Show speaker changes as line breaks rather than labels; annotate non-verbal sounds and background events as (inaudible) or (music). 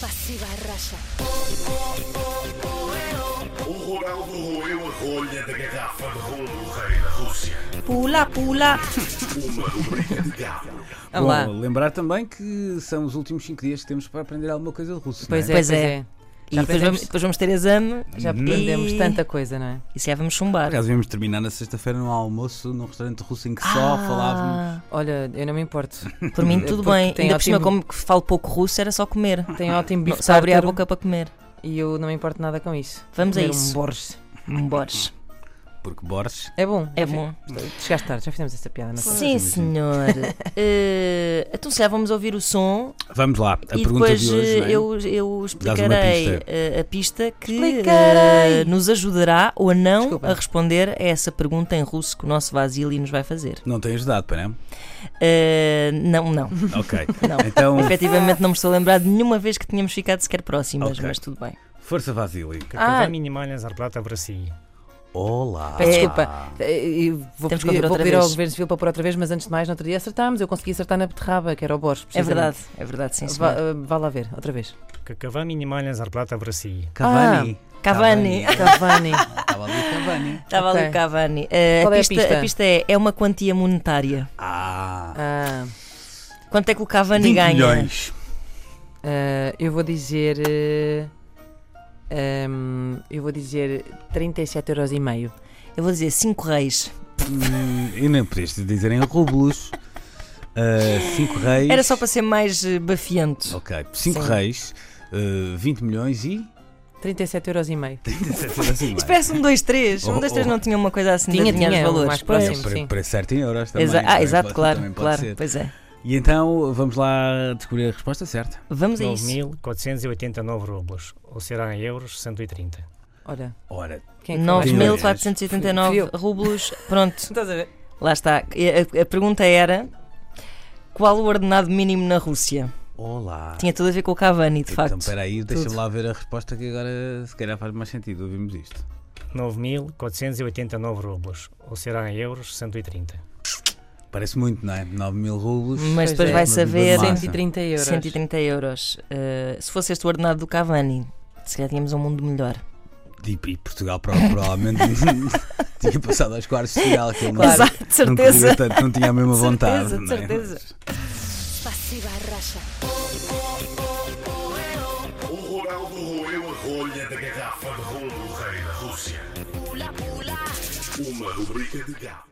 Pasiva Raya.
O Ronaldo roeu a rolha da garrafa de rum do rei da Rússia.
Pula, pula.
Uma rubrica de gado.
Olá.
Bom, lembrar também que são os últimos 5 dias que temos para aprender alguma coisa de russo.
Pois é,
não
pois
Pois
é.
é.
E
Já
depois
aprendemos-
vamos, depois vamos ter exame
Já
Hum.
aprendemos
e...
tanta coisa, não é?
E se calhar vamos chumbar.
Aliás, íamos terminar na sexta-feira num almoço num restaurante russo em que só
Ah.
falávamos. É
Olha, eu não me importo.
Por mim, tudo
Porque
bem.
tem
Ainda por cima,
ótimo-
como que falo pouco russo, era só comer.
Ah.
Tem ótimo bife
Não, Só abrir a
um-
tártaro
boca para comer.
E eu não me importo nada com isso.
Vamos a
Comer
isso.
Um borges.
Um Borges.
Porque Borges.
É bom.
É bom.
Chegaste tarde, já fizemos essa piada. Não foi?
Sim, senhor.
(laughs)
Eh, então, se calhar vamos ouvir o som
Vamos lá, a
e
pergunta
depois
de hoje. não
eh,
é?
eu, eu explicarei
pista.
eh, a pista que
Explicarei.
eh, nos ajudará ou não
Desculpa.
a responder a essa pergunta em russo que o nosso Vasily nos vai fazer.
Não tem ajudado, para
(laughs)
não?
Eh, não, não.
Ok.
Não.
Então,
Efetivamente, não me estou a lembrar de nenhuma vez que tínhamos ficado sequer próximas,
Ok.
mas tudo bem. É
força Vasily.
А.
Ah,
Какова минимальная зарплата в России?
Olá.
Peço desculpa. Eh, eu Vou
Ah. Temos que
pedir,
ouvir
vou
outra
pedir ao
vez.
Governo Civil para pôr outra vez, mas antes de mais, no outro dia acertámos. Eu consegui acertar na beterraba, que era o Borges.
É
precisamente.
verdade, é verdade, sim,
Vá,
senhor.
eh, vá lá ver, outra
(laughs)
vez.
Какова минимальная зарплата в России?
Cavani.
Ah, (laughs) Cavani.
Cavani.
Estava ali Cavani.
Estava ali
Ok.
o Cavani. Eh,
Qual é a
pista,
pista?
a pista é, é uma quantia monetária.
Ah.
Ah,
Quanto é que o Cavani
20
ganha?
milhões.
eh, eu vou dizer. eh, ehm, eu vou dizer 37 euros e meio.
Eu vou dizer 5 reis.
Hum, e não podias dizer em rublos. 5 reis.
Era só para ser mais eh, bafiante.
Ok, 5
Sim.
reis, eh, 20 milhões e
37 euros e meio.
37 euros e meio.
Isto parece um 2-3. Um
Oh,
2-3
oh.
não tinha uma coisa assim
Tinha,
de adivinhar
tinha,
os valores.
mais
Pois.
próximo.
Pre-
sim.
preço certo em euros também.
Exa- ah,
também
exato,
pode-
claro,
também pode
claro.
ser.
Pois é.
E então vamos lá descobrir a resposta certa.
Vamos a é isso.
9.489 rublos, ou será em euros 130.
Olha,
Ora,
quem é que falou?
Sim.
9.489 rublos. Pronto,
Estás a ver?
lá está. E A, a pergunta era: qual o ordenado mínimo na Rússia?
olá.
Tinha tudo a ver com o Cavani, de
então,
facto.
espera aí, deixa-me
Tudo.
lá ver a resposta que agora se calhar faz mais sentido ouvimos isto.
9.489 rublos, ou será em euros 130.
Parece muito, não é? 9 mil rublos.
Mas
Pois
depois
é.
vai
Mas
saber
massa.
130 euros.
130 euros. Uh, se fosse este o ordenado do Cavani, se calhar tínhamos um mundo melhor.
E, Tipo, e Portugal prova- provavelmente
(laughs)
(laughs) tinha passado aos quartos de final. Que ele não,
Exato, de
não,
certeza.
queria tanto, não tinha a mesma
Certeza,
vontade.
de
não é?
certeza.
Pasiva Raya.
O Ronaldo roeu a rolha da garrafa de rum do rei da Rússia. Uma rubrica de gado.